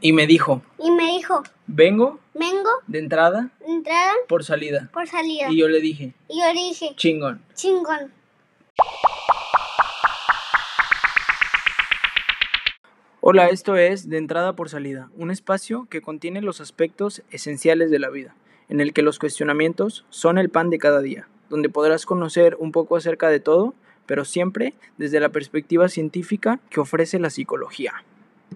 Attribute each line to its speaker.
Speaker 1: y me dijo,
Speaker 2: y me dijo,
Speaker 1: vengo
Speaker 2: vengo
Speaker 1: de entrada
Speaker 2: de entrada
Speaker 1: por salida.
Speaker 2: por salida.
Speaker 1: Y yo le dije,
Speaker 2: Y yo le dije,
Speaker 1: chingón.
Speaker 2: chingón.
Speaker 1: Hola, esto es De entrada por salida, un espacio que contiene los aspectos esenciales de la vida, en el que los cuestionamientos son el pan de cada día, donde podrás conocer un poco acerca de todo, pero siempre desde la perspectiva científica que ofrece la psicología.